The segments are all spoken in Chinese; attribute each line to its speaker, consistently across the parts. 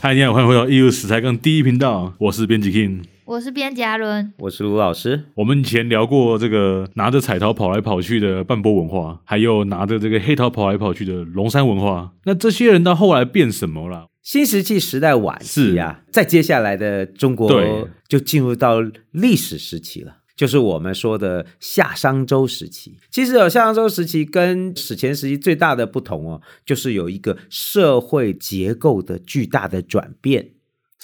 Speaker 1: 嗨，你好，欢迎回到《E 一无史才更第一频道，我是编辑 King。
Speaker 2: 我是编辑阿伦，
Speaker 3: 我是卢老师。
Speaker 1: 我们以前聊过这个拿着彩陶跑来跑去的半波文化，还有拿着这个黑桃跑来跑去的龙山文化。那这些人到后来变什么了？
Speaker 3: 新石器时代晚期啊，在接下来的中
Speaker 1: 对
Speaker 3: 国就进入到历史时期了。就是我们说的夏商周时期，其实有夏商周时期跟史前时期最大的不同哦，就是有一个社会结构的巨大的转变。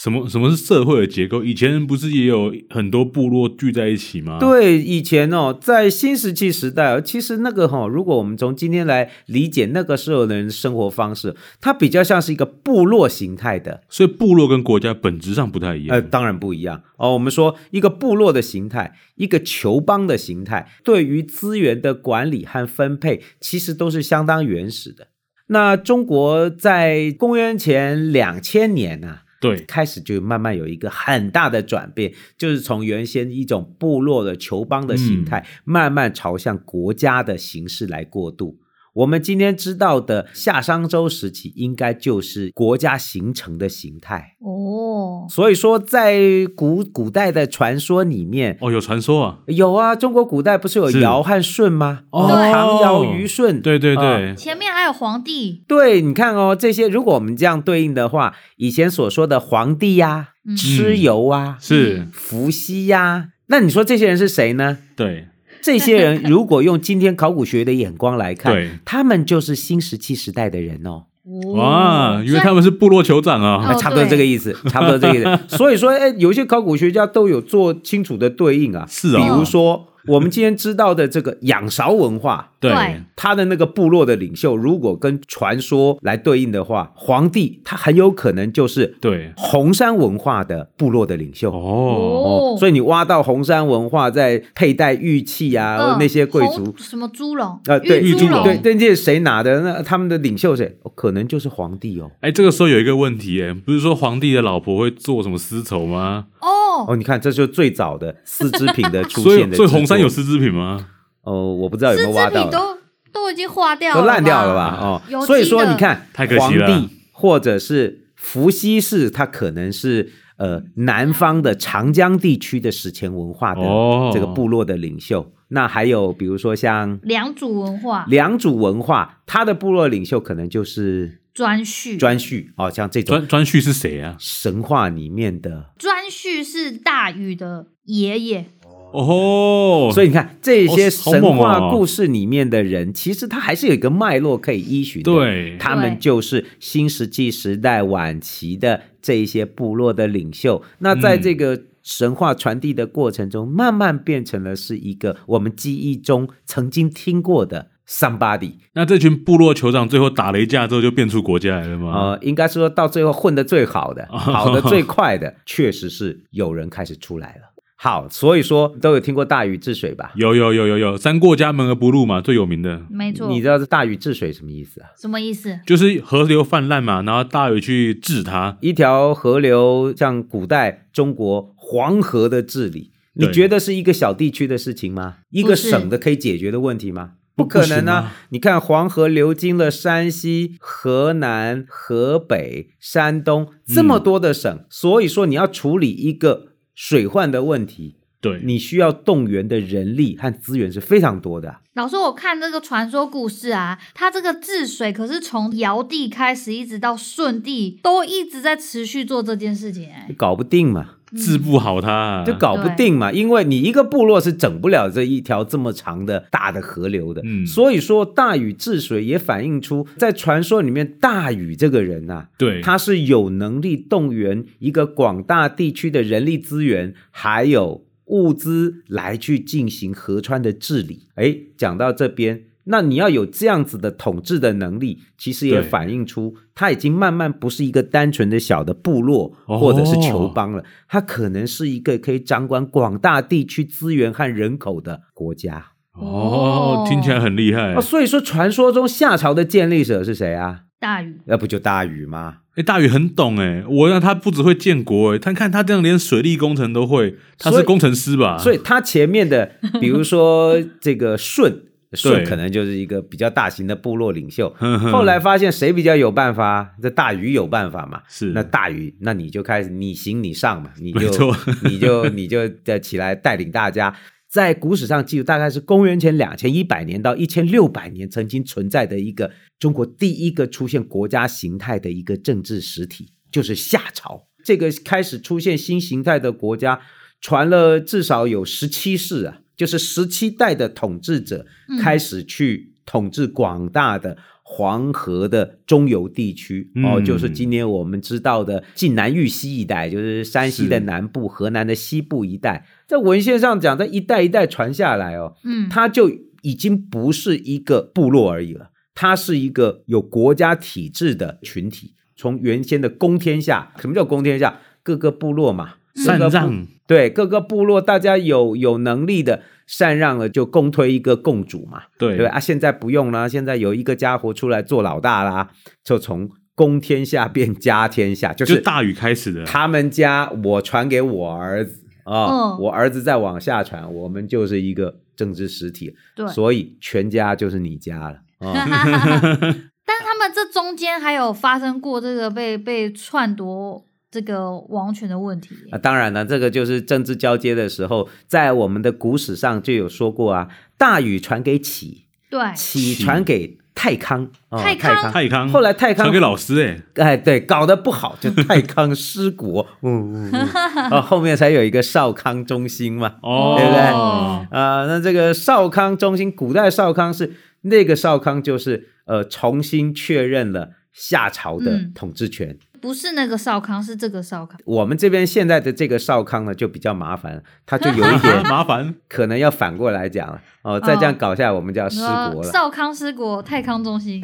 Speaker 1: 什么什么是社会的结构？以前不是也有很多部落聚在一起吗？，
Speaker 3: 对，以前哦，在新石器时代哦，其实那个哈、如果我们从今天来理解那个时候的人生活方式，它比较像是一个部落形态的，
Speaker 1: 所以部落跟国家本质上不太一样。
Speaker 3: 呃，当然不一样哦。我们说一个部落的形态，一个酋邦的形态，对于资源的管理和分配，其实都是相当原始的。那中国在公元前两千年呐、
Speaker 1: 对，
Speaker 3: 开始就慢慢有一个很大的转变，就是从原先一种部落的酋邦的形态，慢慢朝向国家的形式来过渡。我们今天知道的夏商周时期，应该就是国家形成的形态。
Speaker 2: 哦，
Speaker 3: 所以说，在古古代的传说里面，
Speaker 1: 哦，有传说啊。
Speaker 3: 有啊，中国古代不是有
Speaker 1: 是
Speaker 3: 尧和舜吗？
Speaker 1: 哦
Speaker 3: 唐尧虞舜，
Speaker 1: 对对
Speaker 3: 啊
Speaker 1: 对，
Speaker 2: 前面还有皇帝，
Speaker 3: 对，你看哦，这些如果我们这样对应的话，以前所说的皇帝呀、
Speaker 2: 嗯
Speaker 3: 蚩尤啊、
Speaker 1: 嗯是，
Speaker 3: 伏羲呀、那你说这些人是谁呢？
Speaker 1: 对，
Speaker 3: 这些人如果用今天考古学的眼光来看
Speaker 1: 对，
Speaker 3: 他们就是新石器时代的人哦。
Speaker 2: 哦
Speaker 3: 嗯
Speaker 1: 哇，因为他们是部落酋长啊。
Speaker 3: 啊，
Speaker 2: 哦
Speaker 3: 差不多
Speaker 2: 对
Speaker 3: 这个意思，差不多这个意思。 所以说，哎，有一些考古学家都有做清楚的对应啊，
Speaker 1: 是哦
Speaker 3: 比如说我们今天知道的这个仰韶文化，
Speaker 1: 对
Speaker 2: 对
Speaker 3: 他的那个部落的领袖，如果跟传说来对应的话，皇帝他很有可能就是
Speaker 1: 对，
Speaker 3: 红山文化的部落的领袖。
Speaker 1: 哦，
Speaker 2: 哦，
Speaker 3: 所
Speaker 2: 以
Speaker 3: 以你挖到红山文化，在佩戴玉器啊，或那些贵族
Speaker 2: 什么猪笼
Speaker 3: 啊，对，
Speaker 2: 嗯玉
Speaker 1: 猪笼
Speaker 3: 对，那些谁拿的？那他们的领袖谁？哦可能就是皇帝哦。
Speaker 1: 哎，这个时候有一个问题，哎，不是说皇帝的老婆会做什么丝绸吗？
Speaker 2: 哦，
Speaker 3: 哦，你看，这就是最早的丝织品的出
Speaker 1: 所
Speaker 3: 现
Speaker 1: 以，
Speaker 3: 的制
Speaker 1: 所
Speaker 3: 作。
Speaker 1: 以红山有丝织品吗？
Speaker 3: 哦，我不知道有没
Speaker 2: 丝
Speaker 3: 有
Speaker 2: 织
Speaker 3: 挖到
Speaker 2: 品
Speaker 3: 了，
Speaker 2: 都都已经化掉了，
Speaker 3: 都烂掉了？吧？
Speaker 2: 有
Speaker 3: 哦，
Speaker 2: 机
Speaker 3: 所以说
Speaker 2: 的
Speaker 3: 你看，
Speaker 1: 太可惜了
Speaker 3: 皇帝或者是伏羲氏，他可能是呃南方的长江地区的史前文化的
Speaker 1: 哦
Speaker 3: 这个部落的领袖。那还有比如说像
Speaker 2: 良渚文化
Speaker 3: 良渚文化，他的部落领袖可能就是
Speaker 2: 专序
Speaker 3: 颛顼哦，像这种
Speaker 1: 专专序是谁啊？
Speaker 3: 神话里面的。
Speaker 2: 专序是大禹的爷爷，
Speaker 1: 哦，
Speaker 3: 所
Speaker 1: 以
Speaker 3: 以你看，这些
Speaker 1: 哦好猛
Speaker 3: 神
Speaker 1: 哦
Speaker 3: 话故事里面的人，其实他还是有一个脉络可以依循的。
Speaker 1: 对，
Speaker 3: 他们就是新石器时代晚期的这一些部落的领袖。那在这个神话传递的过程中，慢慢变成了是一个我们记忆中曾经听过的 somebody。
Speaker 1: 那这群部落酋长最后打了一架之后就变出国家来了吗？
Speaker 3: 呃，应该是说到最后混得最 好的、跑得最快的，确实是有人开始出来了。好，所以说都有听过大禹治水吧？
Speaker 1: 有有有有有，三过家门而不入嘛，最有名的
Speaker 2: 没错，
Speaker 3: 你知道这大禹治水什么意思啊？
Speaker 2: 什么意思？
Speaker 1: 就是河流泛滥嘛，然后大禹去治它。
Speaker 3: 一条河流，像古代中国黄河的治理，
Speaker 1: 对
Speaker 3: 你觉得是一个小地区的事情吗？一个省的可以解决的问题吗？
Speaker 1: 不
Speaker 3: 不可能
Speaker 1: 不行
Speaker 3: 啊
Speaker 1: 啊！
Speaker 3: 你看，黄河流经了山西、河南、河北、山东
Speaker 1: 嗯
Speaker 3: 这么多的省，所以说你要处理一个水患的问题，
Speaker 1: 对，
Speaker 3: 你需要动员的人力和资源是非常多的啊。
Speaker 2: 老师，我看这个传说故事啊，它这个治水可是从尧帝开始，一直到舜帝，都一直在持续做这件事情、哎，
Speaker 3: 搞不定嘛，
Speaker 1: 治不好啊它，
Speaker 3: 嗯就搞不定嘛，因为你一个部落是整不了这一条这么长的大的河流的，
Speaker 1: 嗯
Speaker 3: 所以说大禹治水也反映出在传说里面，大禹这个人呐、
Speaker 1: 对，
Speaker 3: 他是有能力动员一个广大地区的人力资源，还有物资来去进行河川的治理。诶，讲到这边，那你要有这样子的统治的能力，其实也
Speaker 1: 对
Speaker 3: 反映出他已经慢慢不是一个单纯的小的部落
Speaker 1: 哦
Speaker 3: 或者是酋邦了，他可能是一个可以掌管广大地区资源和人口的国家。
Speaker 1: 哦，听起来很厉害
Speaker 3: 啊，。所以说传说中夏朝的建立者是谁啊？
Speaker 2: 大禹
Speaker 3: 那不就大禹吗？
Speaker 1: 哎，大禹很懂哎，我让他不只会建国哎，他看他这样连水利工程都会，他
Speaker 3: 所
Speaker 1: 是
Speaker 3: 以
Speaker 1: 工程师吧？
Speaker 3: 所以他前面的，比如说这个舜，舜
Speaker 1: 对嗯
Speaker 3: 可能就是一个比较大型的部落领袖。
Speaker 1: 哼哼
Speaker 3: 后来发现谁比较有办法？这大禹有办法嘛？
Speaker 1: 是
Speaker 3: 那大禹，那你就开始你行你上嘛，你
Speaker 1: 没
Speaker 3: 就
Speaker 1: 错
Speaker 3: 你就你就呃起来带领大家。在古史上记录，大概是公元前两千一百年到一千六百年曾经存在的一个中国第一个出现国家形态的一个政治实体，就是夏朝。这个开始出现新形态的国家，传了至少有十七世啊，就是十七代的统治者
Speaker 2: 嗯
Speaker 3: 开始去统治广大的黄河的中游地区、哦，
Speaker 1: 嗯
Speaker 3: 就是今年我们知道的晋南玉溪一带，就是山西的
Speaker 1: 是
Speaker 3: 南部、河南的西部一带，在文献上讲，这一代一代传下来哦，
Speaker 2: 嗯，
Speaker 3: 它就已经不是一个部落而已了，它是一个有国家体制的群体。从原先的公天下，什么叫公天下？各个部落嘛，各
Speaker 1: 嗯禅
Speaker 3: 个部
Speaker 1: 让，
Speaker 3: 对各个部落，大家有有能力的禅让了，就共推一个共主嘛，
Speaker 1: 对
Speaker 3: 对吧啊，现在不用啦，现在有一个家伙出来做老大啦，就从公天下变家 天下，就
Speaker 1: 就是大禹开始的，
Speaker 3: 他们家我传给我儿子啊、
Speaker 2: 嗯
Speaker 3: 我儿子再往下传，我们就是一个政治实体，
Speaker 2: 对。
Speaker 3: 所以全家就是你家了。啊
Speaker 2: 但是他们这中间还有发生过这个被被篡夺这个王权的问题耶。
Speaker 3: 啊，当然了，这个就是政治交接的时候，在我们的古史上就有说过啊，大禹传给启，
Speaker 2: 对，
Speaker 3: 启
Speaker 1: 启
Speaker 3: 传给太康，啊
Speaker 2: 太康
Speaker 3: 康，
Speaker 1: 太康，
Speaker 3: 后来太康
Speaker 1: 传给老师哎、
Speaker 3: 哎，对，搞得不好就太康 失国，嗯嗯嗯，啊，后面才有一个少康中心嘛，
Speaker 1: 哦，
Speaker 3: 对不对
Speaker 1: 对？
Speaker 3: 啊、那这个少康中心，古代少康是那个少康，就是呃重新确认了夏朝的
Speaker 2: 嗯
Speaker 3: 统治权。
Speaker 2: 不是那个少康，是这个少康。
Speaker 3: 我们这边现在的这个少康呢，就比较麻烦，它就有一 点
Speaker 1: 麻烦，
Speaker 3: 可能要反过来讲了哦、再这样搞下来，我们就要失国
Speaker 2: 呃
Speaker 3: 了。
Speaker 2: 少康失国，太康中 心。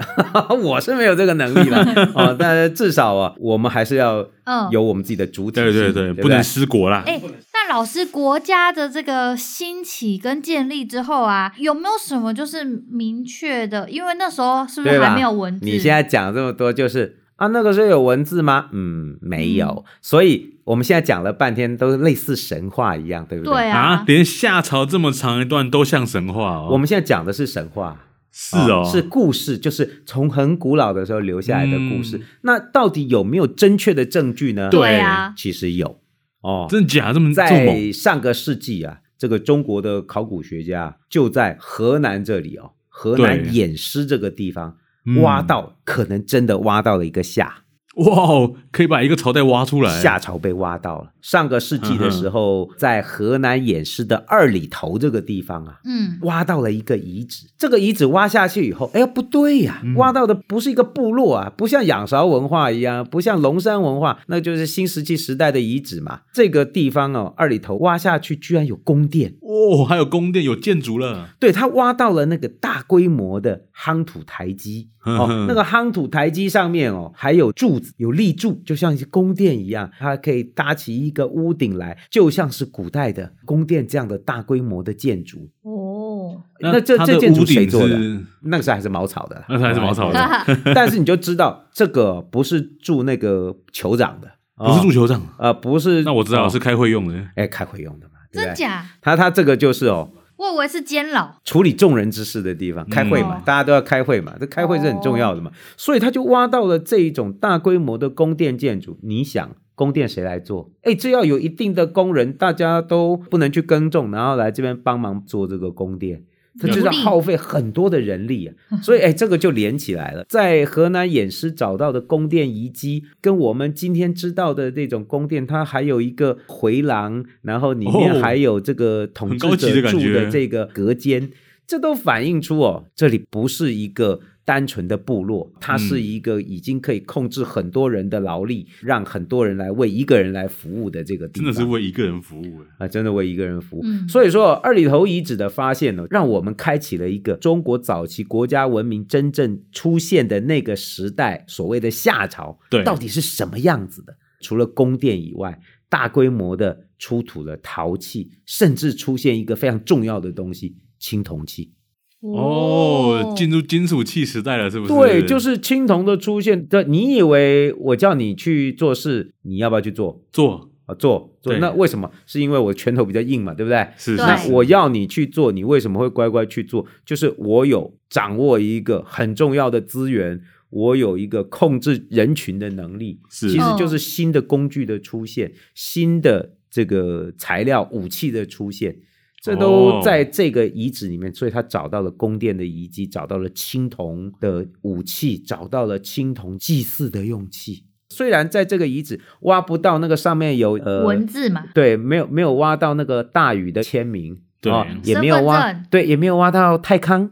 Speaker 3: 我是没有这个能力了哦，但至少啊，我们还是要
Speaker 2: 嗯，
Speaker 3: 有我们自己的主体
Speaker 1: 对
Speaker 3: 性，
Speaker 1: 对
Speaker 3: 对
Speaker 1: 对，
Speaker 3: 不
Speaker 1: 不能
Speaker 3: 对
Speaker 1: 失国啦。
Speaker 2: 哎，那老师，国家的这个兴起跟建立之后啊，有没有什么就是明确的？因为那时候是不
Speaker 3: 对
Speaker 2: 是
Speaker 3: 吧
Speaker 2: 还没有文字？
Speaker 3: 你现在讲这么多，就是啊，那个时候有文字吗？嗯，没有。所以我们现在讲了半天，都是类似神话一样，对不对？
Speaker 2: 对
Speaker 1: 啊
Speaker 2: 啊，，
Speaker 1: 连夏朝这么长一段都像神话哦。
Speaker 3: 我们现在讲的是神话，
Speaker 1: 是哦，
Speaker 3: 是故事，就是从很古老的时候留下来的故事。
Speaker 1: 嗯
Speaker 3: 那到底有没有正确的证据呢？
Speaker 1: 对
Speaker 2: 啊，
Speaker 3: 其实有哦，
Speaker 1: 真的假的这么这么猛
Speaker 3: 在上个世纪啊，这个中国的考古学家就在河南这里哦，河南
Speaker 1: 对
Speaker 3: 偃师这个地方
Speaker 1: 嗯
Speaker 3: 挖到，可能真的挖到了一个夏。
Speaker 1: 哇哦，可以把一个朝代挖出来。
Speaker 3: 夏朝被挖到了。上个世纪的时候，在河南偃师的二里头这个地方啊，
Speaker 2: 嗯，
Speaker 3: 挖到了一个遗址。这个遗址挖下去以后，哎呀，不对呀、
Speaker 1: 嗯
Speaker 3: 挖到的不是一个部落啊，不像仰韶文化一样，不像龙山文化，那就是新石器时代的遗址嘛。这个地方哦，二里头挖下去居然有宫殿。
Speaker 1: 哦，还有宫殿，有建筑了。
Speaker 3: 对他挖到了那个大规模的夯土台基
Speaker 1: 呵
Speaker 3: 哦
Speaker 1: 呵，
Speaker 3: 那个夯土台基上面哦还有柱子，有立柱，就像是宫殿一样，它可以搭起一个屋顶来，就像是古代的宫殿这样的大规模的建筑。
Speaker 2: 哦，
Speaker 3: 那这
Speaker 1: 它
Speaker 3: 这
Speaker 1: 的
Speaker 3: 建筑
Speaker 1: 屋顶
Speaker 3: 谁做的
Speaker 1: 是？
Speaker 3: 那个时候还是茅草的，
Speaker 1: 那它还是茅草的，
Speaker 3: 但是你就知道这个不是住那个酋长的，哦
Speaker 1: 不是住酋长。
Speaker 3: 呃不是，
Speaker 1: 啊那我知道
Speaker 3: 哦
Speaker 1: 是开会用的。
Speaker 3: 哎开会用的嘛，对不
Speaker 2: 真
Speaker 3: 对？
Speaker 2: 假？
Speaker 3: 他他这个就是哦，
Speaker 2: 我以为是监 牢。
Speaker 3: 处理众人之事的地
Speaker 1: 嗯
Speaker 3: 方，开会嘛，
Speaker 2: 哦
Speaker 3: 大家都要开会嘛，这开会是很重要的嘛，所以他就挖到了这一种大规模的宫殿建筑。你想，宫殿谁来做？哎，这要有一定的工人，大家都不能去耕种，然后来这边帮忙做这个宫殿。它就是要
Speaker 2: 奴隶
Speaker 3: 耗费很多的人力、啊，所以哎，这个就连起来了。在河南偃师找到的宫殿遗迹，跟我们今天知道的这种宫殿，它还有一个回廊，然后里面
Speaker 1: 哦
Speaker 3: 还有这个统治
Speaker 1: 很高级
Speaker 3: 者
Speaker 1: 的感
Speaker 3: 住的
Speaker 1: 觉
Speaker 3: 这个隔间，这都反映出哦，这里不是一个。单纯的部落，它是一个已经可以控制很多人的劳力，让很多人来为一个人来服务的这个地
Speaker 1: 真
Speaker 3: 方，
Speaker 1: 的是为一个人服务哎，
Speaker 3: 啊，真的为一个人服务。
Speaker 2: 嗯
Speaker 3: 所以说，二里头遗址的发现呢，让我们开启了一个中国早期国家文明真正出现的那个时代，所谓的夏朝，
Speaker 1: 对
Speaker 3: 到底是什么样子的？除了宫殿以外，大规模的出土了陶器，甚至出现一个非常重要的东西——青铜器。
Speaker 1: 哦，进入金属器时代了，是不是？
Speaker 3: 对，就是青铜的出现。对，你以为我叫你去做事，你要不要去做？
Speaker 1: 做
Speaker 3: 啊，做做
Speaker 1: 对。
Speaker 3: 那为什么？是因为我拳头比较硬嘛，对不对？
Speaker 1: 是
Speaker 2: 对
Speaker 3: 那
Speaker 1: 是，
Speaker 3: 我要你去做，你为什么会乖乖去做？就是我有掌握一个很重要的资源，我有一个控制人群的能力，
Speaker 1: 是
Speaker 3: 其实就是新的工具的出现，新的这个材料武器的出现。这
Speaker 1: 哦
Speaker 3: 都在这个遗址里面，所以他找到了宫殿的遗迹，找到了青铜的武器，找到了青铜祭祀的用器。虽然在这个遗址挖不到那个上面有呃
Speaker 2: 文字嘛，
Speaker 3: 对，没有没有挖到那个大禹的签名，
Speaker 1: 对
Speaker 3: 哦也没有
Speaker 2: 身
Speaker 3: 挖
Speaker 2: 份证，
Speaker 3: 对，也没有挖到泰康，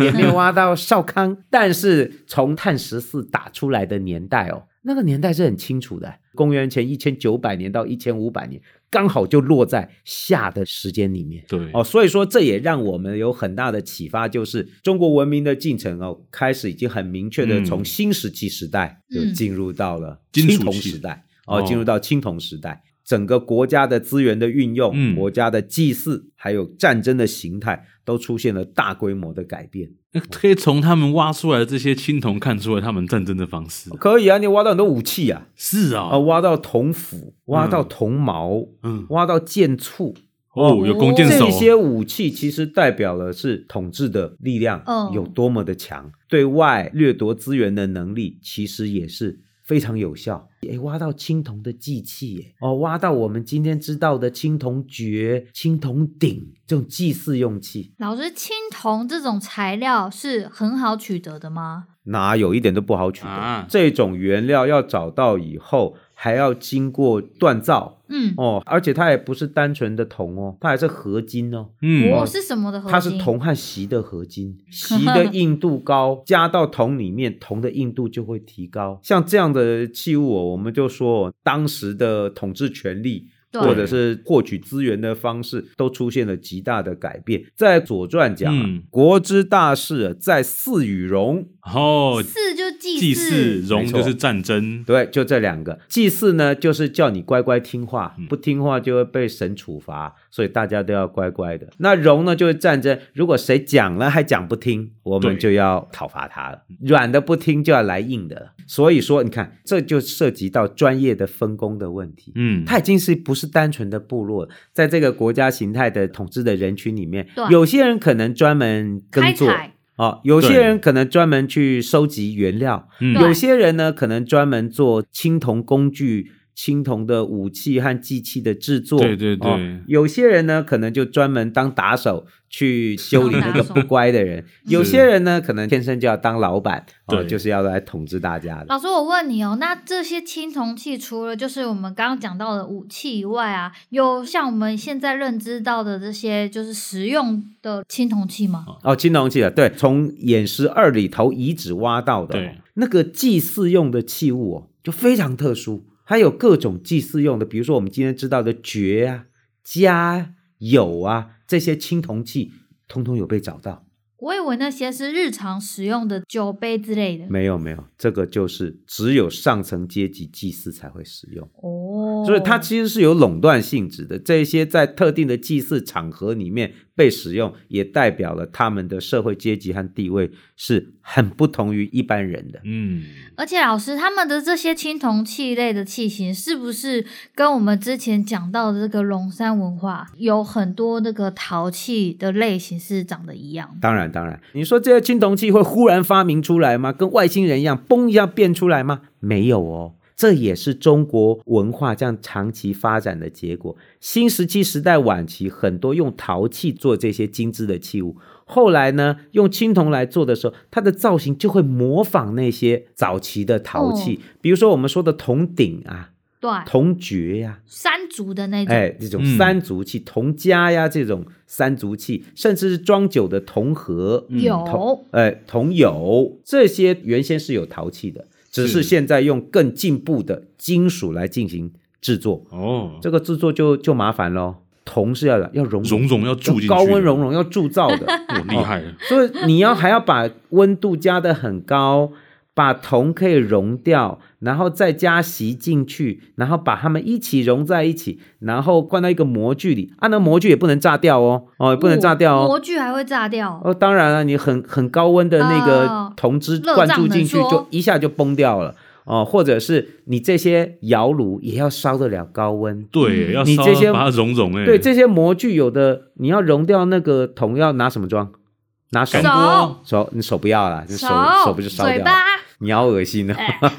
Speaker 3: 也没有挖到少康，但是从碳十四打出来的年代哦，那个年代是很清楚的，公元前一千九百年到一千五百年，刚好就落在夏的时间里面。
Speaker 1: 对，
Speaker 3: 哦，所以说这也让我们有很大的启发，就是中国文明的进程哦，开始已经很明确的
Speaker 1: 嗯
Speaker 3: 从新石器时代
Speaker 2: 嗯
Speaker 3: 就进入到了
Speaker 1: 金属
Speaker 3: 青铜
Speaker 1: 器
Speaker 3: 时代，哦
Speaker 1: 哦，
Speaker 3: 进入到青铜时代。整个国家的资源的运用、
Speaker 1: 嗯
Speaker 3: 国家的祭祀，还有战争的形态，都出现了大规模的改变。
Speaker 1: 那可以从他们挖出来的这些青铜看出来他们战争的方式。
Speaker 3: 可以啊，你挖到很多武器啊，
Speaker 1: 是啊
Speaker 3: 啊、，挖到铜斧，挖到铜矛，
Speaker 1: 嗯，
Speaker 3: 挖到剑簇，
Speaker 1: 哦，有弓箭手
Speaker 3: 这，些武器其实代表了是统治的力量
Speaker 2: 嗯
Speaker 3: 有多么的强，对外掠夺资源的能力其实也是非常有效。诶，挖到青铜的祭器耶，哦，挖到我们今天知道的青铜爵、青铜鼎这种祭祀用器，
Speaker 2: 老师，青铜这种材料是很好取得的吗？
Speaker 3: 哪有一点都不好取得。
Speaker 1: 啊
Speaker 3: 这种原料要找到以后，还要经过锻造
Speaker 2: 嗯，
Speaker 3: 哦，而且它也不是单纯的铜哦，它还是合金哦。
Speaker 1: 嗯，
Speaker 2: 我是什么的合金？
Speaker 3: 它是铜和锡的合金，锡的 硬度高，加到铜里面，铜的硬度就会提高。像这样的器物、哦，我们就说、当时的统治权力。
Speaker 2: 对
Speaker 3: 或者是获取资源的方式都出现了极大的改变。在《左传》讲、啊，
Speaker 1: 嗯
Speaker 3: 国之大事啊在祀与戎，
Speaker 1: 哦，
Speaker 2: 祀就祭
Speaker 1: 祭祀戎
Speaker 3: 没错
Speaker 1: 就是战争，
Speaker 3: 对，就这两个。祭祀呢，就是叫你乖乖听话
Speaker 1: 嗯，
Speaker 3: 不听话就会被神处罚，所以大家都要乖乖的。那容呢，就是战争，如果谁讲了还讲不听，我
Speaker 1: 对
Speaker 3: 们就要讨伐他了。软的不听就要来硬的了。所以说，你看，这就涉及到专业的分工的问题。
Speaker 1: 嗯，
Speaker 3: 它已经是不是单纯的部落，在这个国家形态的统治的人群里面
Speaker 2: 对，
Speaker 3: 有些人可能专门
Speaker 2: 开
Speaker 3: 耕作，
Speaker 2: 采，
Speaker 3: 哦，有
Speaker 1: 对
Speaker 3: 些人可能专门去收集原料，
Speaker 1: 嗯
Speaker 2: 对
Speaker 3: 有些人呢可能专门做青铜工具、青铜的武器和祭器的制作。
Speaker 1: 对对对
Speaker 3: 哦有些人呢可能就专门当打手去修理
Speaker 1: 嗯
Speaker 3: 那个
Speaker 2: 当打手
Speaker 3: 不乖 的人，有些人呢可能天生就要当老板，哦，
Speaker 1: 对
Speaker 3: 就是要来统治大家的。
Speaker 2: 老师，我问你哦，那这些青铜器除了就是我们刚刚讲到的武器以外啊，有像我们现在认知到的这些就是实用的青铜器吗？
Speaker 3: 哦，青铜器的，对，从偃十二里头遗址挖到的哦、
Speaker 1: 对
Speaker 3: 那个祭祀用的器物哦，就非常特殊，它有各种祭祀用的，比如说我们今天知道的爵啊、家啊、友啊这些青铜器，通通有被找到。
Speaker 2: 我以为那些是日常使用的酒杯之类的。
Speaker 3: 没有没有，这个就是只有上层阶级祭祀才会使用。
Speaker 2: 哦，
Speaker 3: 所以它其实是有垄断性质的。这些在特定的祭祀场合里面被使用，也代表了他们的社会阶级和地位是很不同于一般人的。
Speaker 1: 嗯，
Speaker 2: 而且老师他们的这些青铜器类的器型，是不是跟我们之前讲到的这个龙山文化有很多那个陶器的类型是长得一样的？
Speaker 3: 当然，当然，你说这些青铜器会忽然发明出来吗？跟外星人一样，嘣一下变出来吗？没有哦，这也是中国文化这样长期发展的结果。新石器时代晚期，很多用陶器做这些精致的器物，后来呢，用青铜来做的时候，它的造型就会模仿那些早期的陶器，比如说我们说的铜鼎啊、
Speaker 2: 对，
Speaker 3: 铜爵呀、
Speaker 2: 山竹的那种。
Speaker 3: 哎，这种
Speaker 1: 嗯
Speaker 3: 三足器、铜家呀，这种三足器，甚至是装酒的铜盒、
Speaker 1: 嗯
Speaker 2: 有
Speaker 3: 铜，呃，铜有这些原先是有陶器的，只
Speaker 1: 是
Speaker 3: 是现在用更进步的金属来进行制作，
Speaker 1: 哦，
Speaker 3: 这个制作就就麻烦喽。铜是要要熔
Speaker 1: 熔融要住进去，
Speaker 3: 高温熔，融要铸造的，
Speaker 1: 哦，厉害了，
Speaker 3: 所以你要还要把温度加得很高，把铜可以溶掉，然后再加锡进去，然后把它们一起融在一起，然后灌到一个模具里。啊，那模具也不能炸掉哦，哦，也不能炸掉
Speaker 2: 哦
Speaker 3: 哦。
Speaker 2: 模具还会炸掉。
Speaker 3: 哦，当然了，你很很高温的
Speaker 2: 哦
Speaker 3: 那个铜汁
Speaker 2: 热
Speaker 3: 灌
Speaker 2: 胀
Speaker 3: 注
Speaker 2: 冷
Speaker 3: 进去，
Speaker 2: 缩
Speaker 3: 就一下就崩掉了。哦、或者是你这些窑炉也要烧得了高温。
Speaker 1: 对，要
Speaker 3: 嗯你
Speaker 1: 烧
Speaker 3: 这些
Speaker 1: 把它熔融哎、
Speaker 3: 对，这些模具有的你要熔掉那个铜，要拿什么装？拿
Speaker 1: 感
Speaker 3: 手
Speaker 2: 手
Speaker 1: 锅
Speaker 3: 手，你手不要啦，这手手不就烧掉
Speaker 2: 嘴
Speaker 3: 了？
Speaker 2: 巴，
Speaker 3: 你好恶心啊！
Speaker 2: 哎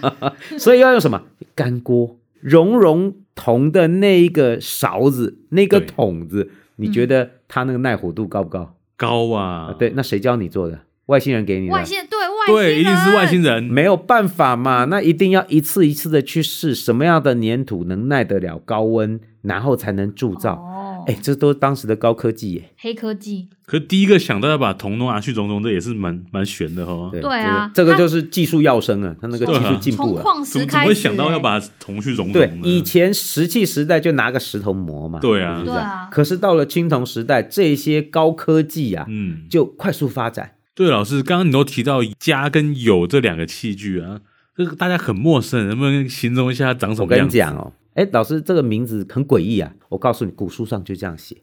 Speaker 3: 所以要用什么干锅？熔融铜的那一个勺子，那个
Speaker 1: 对
Speaker 3: 桶子，你
Speaker 2: 嗯
Speaker 3: 觉得它那个耐火度高不高？
Speaker 1: 高啊
Speaker 3: 啊，，对，，那谁教你做的？外星人给你的
Speaker 2: 外。星人对外星
Speaker 1: 对，一定是外星人，
Speaker 3: 没有办法嘛，那一定要一次一次的去试，什么样的粘土能耐得了高温，然后才能铸造。
Speaker 2: 哦
Speaker 3: 哎、，这都当时的高科技耶。
Speaker 2: 黑科技，
Speaker 1: 可第一个想到要把铜都拿去熔融，这也是蛮蛮悬的哦哈。
Speaker 3: 对
Speaker 2: 对啊
Speaker 3: 这个
Speaker 2: 它
Speaker 3: 这个就是技术要生啊，它那个技
Speaker 1: 对啊
Speaker 3: 术进
Speaker 2: 从
Speaker 3: 步了。
Speaker 2: 矿
Speaker 1: 怎
Speaker 2: 石
Speaker 1: 么怎么
Speaker 2: 开
Speaker 1: 会
Speaker 2: 始，
Speaker 1: 想到要
Speaker 2: 哎
Speaker 1: 把铜去熔
Speaker 3: 对
Speaker 1: 融，呢？
Speaker 3: 以前石器时代就拿个石头磨嘛，
Speaker 1: 对啊
Speaker 3: 是不是
Speaker 2: 对啊
Speaker 3: 可是到了青铜时代，这些高科技啊，
Speaker 1: 嗯，
Speaker 3: 就快速发展。
Speaker 1: 对，老师，刚刚你都提到加跟有这两个器具啊，这个大家很陌生，能不能形容一下长什
Speaker 3: 我
Speaker 1: 么
Speaker 3: 跟
Speaker 1: 样
Speaker 3: 你
Speaker 1: 子？
Speaker 3: 讲哦，哎，老师这个名字很诡异啊，我告诉你，古书上就这样写。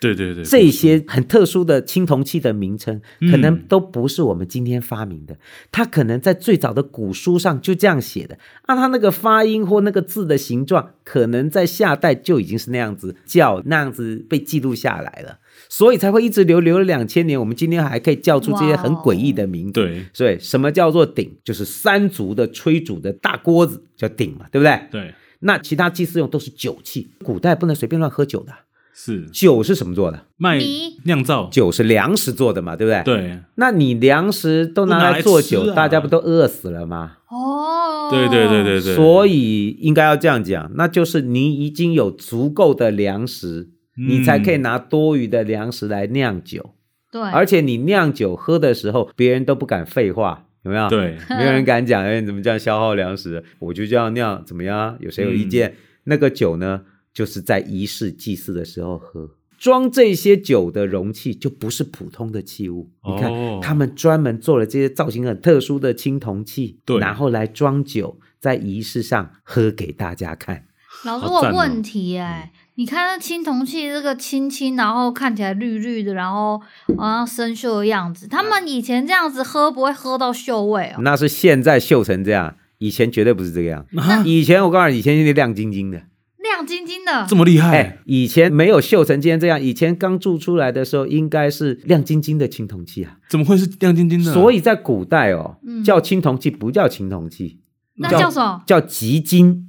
Speaker 1: 对对对，
Speaker 3: 这些很特殊的青铜器的名称，可能
Speaker 1: 嗯
Speaker 3: 都不是我们今天发明的，它可能在最早的古书上就这样写的。按、它那个发音或那个字的形状，可能在夏代就已经是那样子叫，那样子被记录下来了，所以才会一直流流了两千年。我们今天还可以叫出这些很诡异的名字。
Speaker 1: 对
Speaker 3: 所以什么叫做鼎？就是三足的炊煮的大锅子叫鼎嘛，对不对？
Speaker 1: 对
Speaker 3: 那其他祭祀用都是酒器，古代不能随便乱喝酒的。
Speaker 1: 是
Speaker 3: 酒是什么做的？
Speaker 1: 卖
Speaker 2: 泥
Speaker 1: 酿造，
Speaker 3: 酒是粮食做的嘛，对不对？。
Speaker 1: 对
Speaker 3: 那你粮食都拿来做酒，
Speaker 1: 都拿来吃啊
Speaker 3: 大家不都饿死了吗？
Speaker 2: 哦，
Speaker 1: 对对对对对，
Speaker 3: 所以应该要这样讲，那就是你已经有足够的粮食，
Speaker 1: 嗯
Speaker 3: 你才可以拿多余的粮食来酿酒，
Speaker 2: 对，
Speaker 3: 而且你酿酒喝的时候，别人都不敢废话，有没有？。
Speaker 1: 对
Speaker 3: 没有人敢讲，哎，你怎么这样消耗 粮食？我就这样酿，怎么样啊？有谁有意见？
Speaker 1: 嗯
Speaker 3: 那个酒呢，就是在仪式祭祀的时候喝。装这些酒的容器就不是普通的器物，你看、
Speaker 1: 哦
Speaker 3: 他们专门做了这些造型很特殊的青铜器，
Speaker 1: 对
Speaker 3: 然后来装酒，在仪式上喝给大家看。
Speaker 2: 老师，
Speaker 1: 好
Speaker 2: 我
Speaker 1: 赞
Speaker 2: 有
Speaker 1: 哦
Speaker 2: 问题哎、你看那青铜器这个青青，然后看起来绿绿的，然后好像生锈的样子。他们以前这样子喝，不会喝到锈味
Speaker 1: 嗯
Speaker 2: 哦。
Speaker 3: 那是现在锈成这样，以前绝对不是这个样。
Speaker 1: 啊，
Speaker 3: 以前我告诉你，以前是亮晶晶的，
Speaker 2: 亮晶晶的
Speaker 1: 这，么厉害，
Speaker 3: 哎，以前没有锈成今天这样。以前刚铸出来的时候，应该是亮晶晶的青铜器啊。
Speaker 1: 怎么会是亮晶晶的？啊
Speaker 3: 所以在古代哦，
Speaker 2: 嗯
Speaker 3: 叫青铜器不叫青铜器，
Speaker 2: 那叫什么？
Speaker 3: 叫吉金。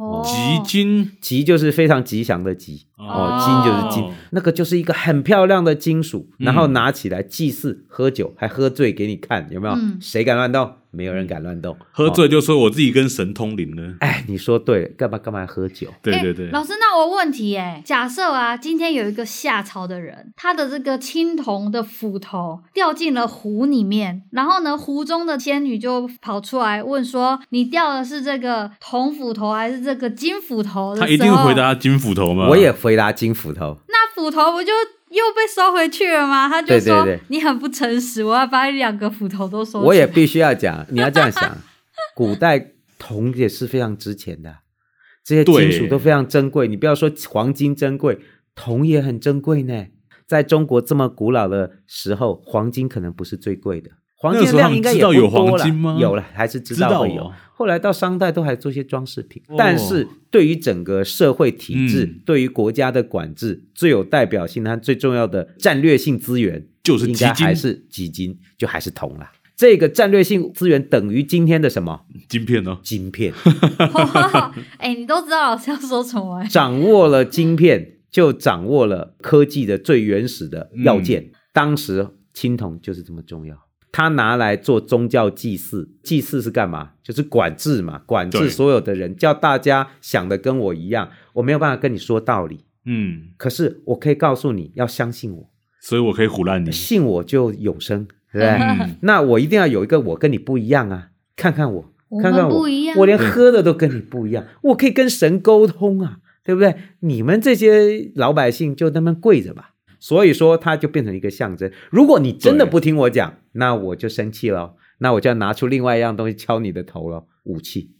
Speaker 2: 哦，
Speaker 1: 极金
Speaker 3: 吉就是非常吉祥的吉哦，金就是金，那个就是一个很漂亮的金属，
Speaker 1: 嗯
Speaker 3: 然后拿起来祭祀、喝酒，还喝醉给你看，有没有？
Speaker 2: 嗯
Speaker 3: 谁敢乱动？没有人敢乱动。
Speaker 1: 喝
Speaker 3: 哦，
Speaker 1: 醉就说我自己跟神通灵了，
Speaker 3: 哎，你说对了，干嘛干嘛喝酒？
Speaker 1: 对对
Speaker 2: 欸
Speaker 1: 对，
Speaker 2: 哦老师，那我有问题哎、假设啊，今天有一个夏朝的人，他的这个青铜的斧头掉进了湖里面，然后呢，湖中的仙女就跑出来问说：“你掉的是这个铜斧头还是这个金斧头？”
Speaker 1: 他一定会回。答金斧头嘛，
Speaker 3: 我也回答金斧头。
Speaker 2: 那斧头不就又被收回去了吗？他就说
Speaker 3: 对对对
Speaker 2: 你很不诚实，我要把你两个斧头都收起来。
Speaker 3: 我也必须要讲，你要这样想，古代铜也是非常值钱的，这些金属
Speaker 1: 对
Speaker 3: 都非常珍贵。你不要说黄金珍贵，铜也很珍贵呢。在中国这么古老的时候，黄金可能不是最贵的，黄金
Speaker 1: 那
Speaker 3: 的
Speaker 1: 时候他
Speaker 3: 量
Speaker 1: 们
Speaker 3: 应该
Speaker 1: 知
Speaker 3: 也
Speaker 1: 道
Speaker 3: 不
Speaker 1: 有黄
Speaker 3: 多啦
Speaker 1: 金吗
Speaker 3: 有了，还是知
Speaker 1: 知道
Speaker 3: 道会有。
Speaker 1: 哦
Speaker 3: 后来到商代都还做些装饰品，
Speaker 1: 哦
Speaker 3: 但是对于整个社会体制、
Speaker 1: 嗯
Speaker 3: 对于国家的管制最有代表性，它最重要的战略性资源
Speaker 1: 就是
Speaker 3: 应
Speaker 1: 基
Speaker 3: 该还
Speaker 1: 金
Speaker 3: 是基金，就还是铜啦。这个战略性资源等于今天的什么
Speaker 1: 金片哦，
Speaker 3: 晶片？
Speaker 2: 哎、你都知道老师要说什 么、欸，
Speaker 3: 掌握了晶片，就掌握了科技的最原始的
Speaker 1: 嗯
Speaker 3: 要件。当时青铜就是这么重要，它拿来做宗教祭祀，祭祀是干嘛？就是管制嘛，管
Speaker 1: 对
Speaker 3: 制所有的人，叫大家想的跟我一样。我没有办法跟你说道理，
Speaker 1: 嗯，
Speaker 3: 可是我可以告诉你要相信我，
Speaker 1: 所以我可以唬烂你，
Speaker 3: 信我就永生，对不对？
Speaker 1: 嗯，
Speaker 3: 那我一定要有一个我跟你不一样啊！看看我，
Speaker 2: 我
Speaker 3: 看
Speaker 2: 们
Speaker 3: 看
Speaker 2: 不一样
Speaker 3: 我连喝的都跟你不一样，我可以跟神沟通啊，对不对？你们这些老百姓就那么跪着吧。所以说，它就变成一个象征。如果你真的
Speaker 1: 对
Speaker 3: 不听我讲，那我就生气了，那我就要拿出另外一样东西敲你的头了，武器，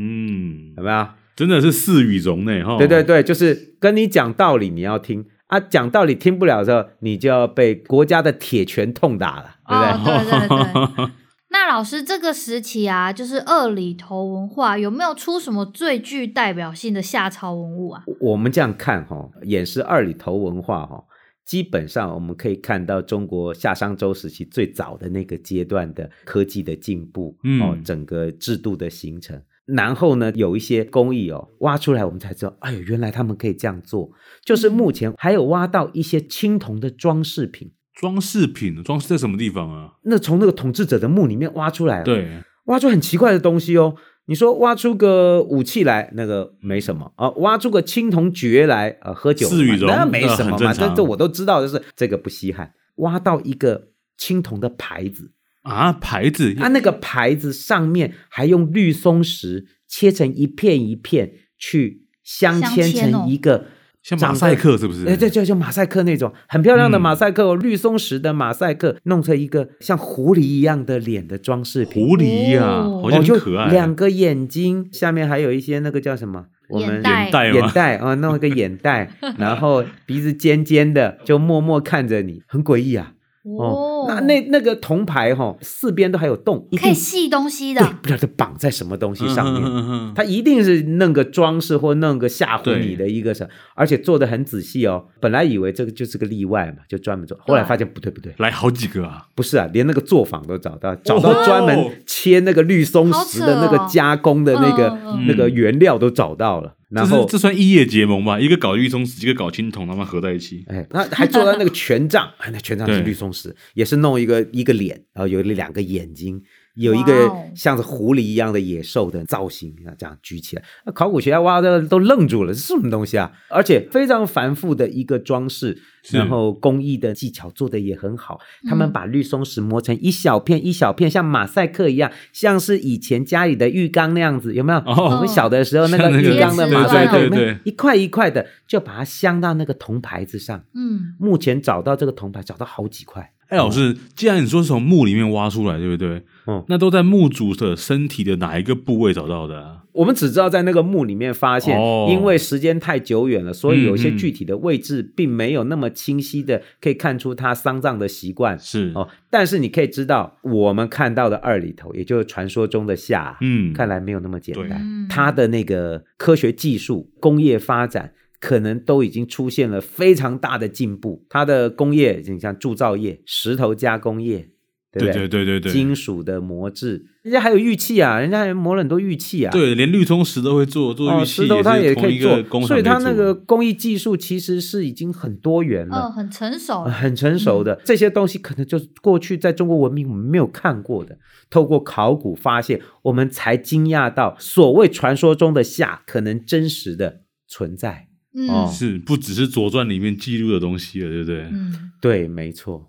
Speaker 1: 嗯
Speaker 3: 有，没有？
Speaker 1: 真的是四羽绒呢，哈，
Speaker 3: 对对对，就是跟你讲道理，你要听啊。讲道理
Speaker 2: 哦
Speaker 3: 听不了的时候，你就要被国家的铁拳痛打了，对不对？
Speaker 2: 哦对对对那老师，这个时期啊，就是二里头文化，有没有出什么最具代表性的夏朝文物啊？
Speaker 3: 我们这样看哈、演示二里头文化哈、基本上我们可以看到中国夏商周时期最早的那个阶段的科技的进步，
Speaker 1: 嗯
Speaker 3: 哦，整个制度的形成。然后呢，有一些工艺哦，挖出来我们才知道，哎呦，原来他们可以这样做。就是目前还有挖到一些青铜的装饰品，
Speaker 1: 装饰品装饰在什么地方啊？
Speaker 3: 那从那个统治者的墓里面挖出来，，哦
Speaker 1: 对，
Speaker 3: 挖出很奇怪的东西哦。你说挖出个武器来，那个没什么啊；挖出个青铜爵来，啊，喝酒
Speaker 1: 四羽
Speaker 3: 嘛
Speaker 1: 绒
Speaker 3: 那没什么
Speaker 1: 那很正
Speaker 3: 嘛，
Speaker 1: 常
Speaker 3: 这这我都知道，就是这个不稀罕。挖到一个青铜的牌子，
Speaker 1: 啊，牌子
Speaker 3: 它、那个牌子上面还用绿松石切成一片一片去镶
Speaker 2: 镶
Speaker 3: 嵌
Speaker 2: 嵌哦
Speaker 3: 成一个
Speaker 1: 像
Speaker 3: 长
Speaker 1: 马
Speaker 3: 得
Speaker 1: 赛克是不是？
Speaker 3: 哎，对，就就马赛克那种很漂亮的
Speaker 1: 嗯
Speaker 3: 马赛克、哦，绿松石的马赛克，弄成一个像狐狸一样的脸的装饰品。
Speaker 1: 狐狸呀、
Speaker 2: 哦
Speaker 1: 好像
Speaker 3: 哦
Speaker 1: 很
Speaker 3: 就
Speaker 1: 可爱。啊
Speaker 3: 两个眼睛，下面还有一些那个叫什么？我们
Speaker 2: 眼袋
Speaker 1: 眼袋
Speaker 3: 眼
Speaker 1: 吗？
Speaker 3: 袋啊、哦，弄一个眼 袋，然后鼻子尖尖的，就默默看着你，很诡异啊。哦，那那那个铜牌哈、哦，四边都还有洞，一
Speaker 2: 可以
Speaker 3: 定
Speaker 2: 系东西
Speaker 3: 对
Speaker 2: 的，
Speaker 3: 不知道它绑在什么东西上
Speaker 1: 嗯
Speaker 3: 面。
Speaker 1: 面
Speaker 3: 它一定是弄个装饰或弄个吓唬你的一个什么，而且做的很仔细哦。本来以为这个就是个例外嘛，就专门做，后来发现不对不对，
Speaker 1: 来好几个啊，
Speaker 3: 不是啊，连那个作坊都找到，找到专
Speaker 1: 哦
Speaker 3: 门切那个绿松石的
Speaker 2: 好
Speaker 3: 那
Speaker 2: 扯哦
Speaker 3: 个加工的那个、
Speaker 2: 嗯
Speaker 1: 嗯
Speaker 3: 那个原料都找到了，然
Speaker 1: 这是
Speaker 3: 后
Speaker 1: 这算异业结盟吧？一个搞绿松石，一个搞青铜，他们合在一起。
Speaker 3: 哎，那还做到那个权杖， 哎，那权杖是
Speaker 1: 对
Speaker 3: 绿松石，也是弄一个一个脸，然后有两个眼睛，有一个
Speaker 2: 哇哦
Speaker 3: 像是狐狸一样的野兽的造型，啊，这样举起来。那考古学家挖的都愣住了，这是什么东西啊？而且非常繁复的一个装饰，
Speaker 1: 是
Speaker 3: 然后工艺的技巧做的也很好。他们
Speaker 2: 嗯
Speaker 3: 把绿松石磨成一小片一小片，像马赛克一样，像是以前家里的浴缸那样子，有没有？
Speaker 1: 哦
Speaker 3: 我们小的时候那
Speaker 1: 像
Speaker 3: 个
Speaker 1: 那个
Speaker 3: 浴缸的
Speaker 2: 贴纸
Speaker 3: 马赛克，
Speaker 2: 对
Speaker 1: 对对
Speaker 3: 一块一块的，就把它镶到那个铜牌子上。
Speaker 2: 嗯，
Speaker 3: 目前找到这个铜牌，找到好几块。
Speaker 1: 哎，老师，既然你说是从墓里面挖出来，对不对？
Speaker 3: 嗯
Speaker 1: 那都在墓主的身体的哪一个部位找到的啊、
Speaker 3: 我们只知道在那个墓里面发现，
Speaker 1: 哦
Speaker 3: 因为时间太久远了，所以有一些
Speaker 1: 嗯嗯
Speaker 3: 具体的位置并没有那么清晰的可以看出他丧葬的习惯
Speaker 1: 是，
Speaker 3: 哦。但是你可以知道，我们看到的二里头，也就是传说中的夏，
Speaker 1: 嗯，
Speaker 3: 看来没有那么简
Speaker 1: 对
Speaker 3: 单
Speaker 2: 嗯。
Speaker 3: 它的那个科学技术、工业发展，可能都已经出现了非常大的进步。它的工业，你像铸造业、石头加工业，对不
Speaker 1: 对对对对对，
Speaker 3: 金属的磨制，人家还有玉器啊，人家还磨了很多玉器啊。。
Speaker 1: 对，连绿松石都会做，做
Speaker 3: 哦，
Speaker 1: 玉器
Speaker 3: 石头它
Speaker 1: 也是
Speaker 3: 可
Speaker 1: 同一
Speaker 3: 以
Speaker 1: 个
Speaker 3: 做，
Speaker 1: 工
Speaker 3: 所
Speaker 1: 厂
Speaker 3: 以
Speaker 1: 在
Speaker 3: 它
Speaker 1: 做嗯
Speaker 3: 那个工艺技术其实是已经很多元了。
Speaker 2: 哦，很成熟
Speaker 3: 呃，很成熟的、这些东西，可能就是过去在中国文明我们没有看过的。透过考古发现，我们才惊讶到所谓传说中的夏，可能真实的存在。
Speaker 2: 嗯
Speaker 3: 哦
Speaker 1: 是不只是《左传》里面记录的东西了，对不对？
Speaker 2: 嗯，
Speaker 3: 对，没错。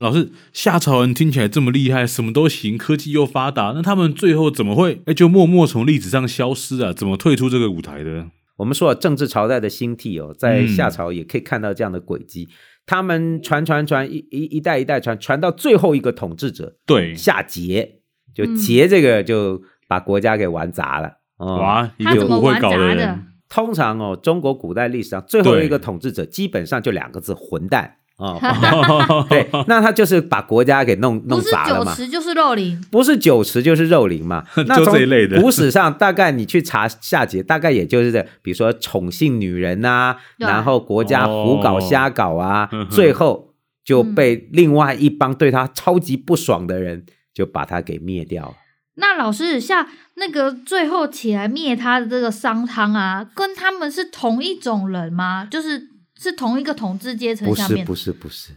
Speaker 1: 老师，夏朝人听起来这么厉害，什么都行，科技又发达，那他们最后怎么会哎就默默从历史上消失啊？怎么退出这个舞台的？
Speaker 3: 我们说政治朝代的兴替哦，在
Speaker 1: 嗯
Speaker 3: 夏朝也可以看到这样的轨迹。他们传传传一一一代一代传，传到最后一个统治者
Speaker 1: 对，
Speaker 3: 夏桀，就
Speaker 2: 嗯
Speaker 3: 桀这个就把国家给玩砸了。哦、
Speaker 1: 哇，一
Speaker 2: 他
Speaker 1: 个
Speaker 2: 怎么
Speaker 1: 不会
Speaker 2: 玩
Speaker 1: 搞
Speaker 2: 砸的
Speaker 1: 人，？
Speaker 3: 通常哦，中国古代历史上最后
Speaker 1: 对，
Speaker 3: 一个统治者基本上就两个字：混蛋啊！哦对，那他就是把国家给弄弄
Speaker 2: 不是
Speaker 3: 砸了
Speaker 2: 酒
Speaker 3: 嘛。
Speaker 2: 池就是肉林，
Speaker 3: 不是酒池就是肉林嘛 那从
Speaker 1: 就这一类的
Speaker 3: 古史上大概你去查下节，大概也就是这，比如说宠幸女人呐、
Speaker 2: 对
Speaker 3: 然后国家
Speaker 1: 哦嗯
Speaker 3: 胡搞瞎搞啊，
Speaker 1: 呵呵
Speaker 3: 最后就被
Speaker 1: 嗯
Speaker 3: 另外一帮对他超级不爽的人就把他给灭掉了。
Speaker 2: 那老师像那个最后起来灭他的这个商汤啊，跟他们是同一种人吗？就是是同一个统治阶层
Speaker 3: 不
Speaker 2: 下
Speaker 3: 是
Speaker 2: 面的
Speaker 3: 不是不是。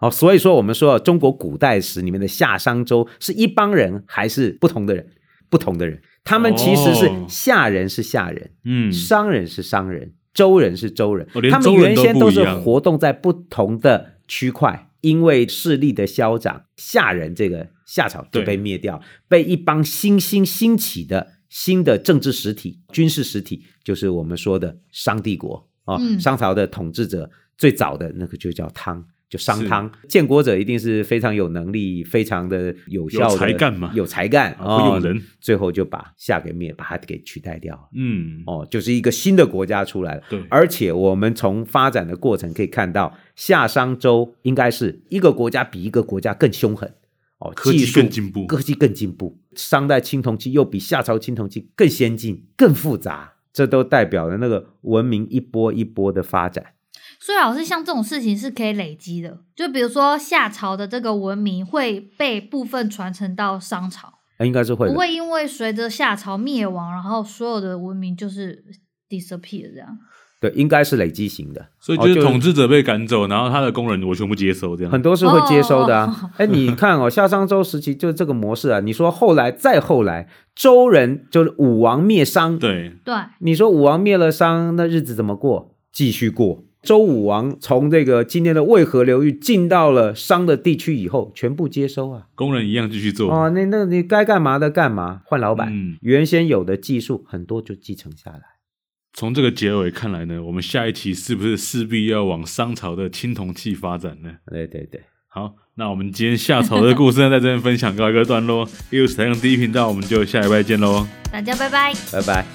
Speaker 3: 哦，所以说我们说中国古代史里面的夏商周是一帮人还是不同的人？不同的人，他们其实是
Speaker 1: 哦
Speaker 3: 夏人是夏人，
Speaker 1: 嗯，
Speaker 3: 商人是商人，周人是周人，
Speaker 1: 哦连
Speaker 3: 他们
Speaker 1: 周人
Speaker 3: 原
Speaker 1: 都
Speaker 3: 先
Speaker 1: 不
Speaker 3: 都
Speaker 1: 一
Speaker 3: 是
Speaker 1: 样
Speaker 3: 活动在不同的区块，因为势力的消长，夏人这个夏朝就
Speaker 1: 对
Speaker 3: 被灭掉，被一帮新兴兴起的新的政治实体、军事实体，就是我们说的商帝国啊、哦
Speaker 2: 嗯
Speaker 3: 商朝的统治者最早的那个就叫汤。就商
Speaker 1: 是
Speaker 3: 汤，建国者一定是非常有能力、非常的有效的、
Speaker 1: 才干嘛
Speaker 3: 有才干
Speaker 1: 啊会用
Speaker 3: 哦
Speaker 1: 人
Speaker 3: 最后就把夏给灭，把他给取代掉了。
Speaker 1: 嗯，
Speaker 3: 哦，就是一个新的国家出来了。
Speaker 1: 对，
Speaker 3: 而且我们从发展的过程可以看到，夏商周应该是一个国家比一个国家更凶狠哦，
Speaker 1: 科技
Speaker 3: 技术
Speaker 1: 更进步
Speaker 3: 科技更进步。商代青铜器又比夏朝青铜器更先进、更复杂，这都代表了那个文明一波一波的发展。
Speaker 2: 所以老师，像这种事情是可以累积的，就比如说夏朝的这个文明会被部分传承到商朝，
Speaker 3: 呃应该是会
Speaker 2: 不
Speaker 3: 的，
Speaker 2: 会因为随着夏朝灭亡，然后所有的文明就是 disappear 这样。
Speaker 3: 对，应该是累积型的，
Speaker 1: 所以
Speaker 3: 哦
Speaker 1: 就是统治者被赶走，然后他的工人我全部接收，这样
Speaker 3: 很多是会接收的
Speaker 2: 哦
Speaker 3: 啊。哎、你看哦，夏商周时期就是这个模式啊。你说后来再后来，周人就是武王灭商，
Speaker 1: 对，
Speaker 2: 对，
Speaker 3: 你说武王灭了商，那日子怎么过？继续过。周武王从这个今天的渭河流域进到了商的地区以后，全部接收啊。
Speaker 1: 工人一样继续做。
Speaker 3: 哦，那那你该干嘛的干嘛，换老板。
Speaker 1: 嗯
Speaker 3: 原先有的技术很多就继承下来。
Speaker 1: 从这个结尾看来呢，我们下一期是不是势必要往商朝的青铜器发展呢？
Speaker 3: 对对对，
Speaker 1: 好，那我们今天夏朝的故事呢，在这边分享告一个段落。又是台上第一频道，我们就下礼拜见喽。
Speaker 2: 大家拜拜。
Speaker 3: 拜拜。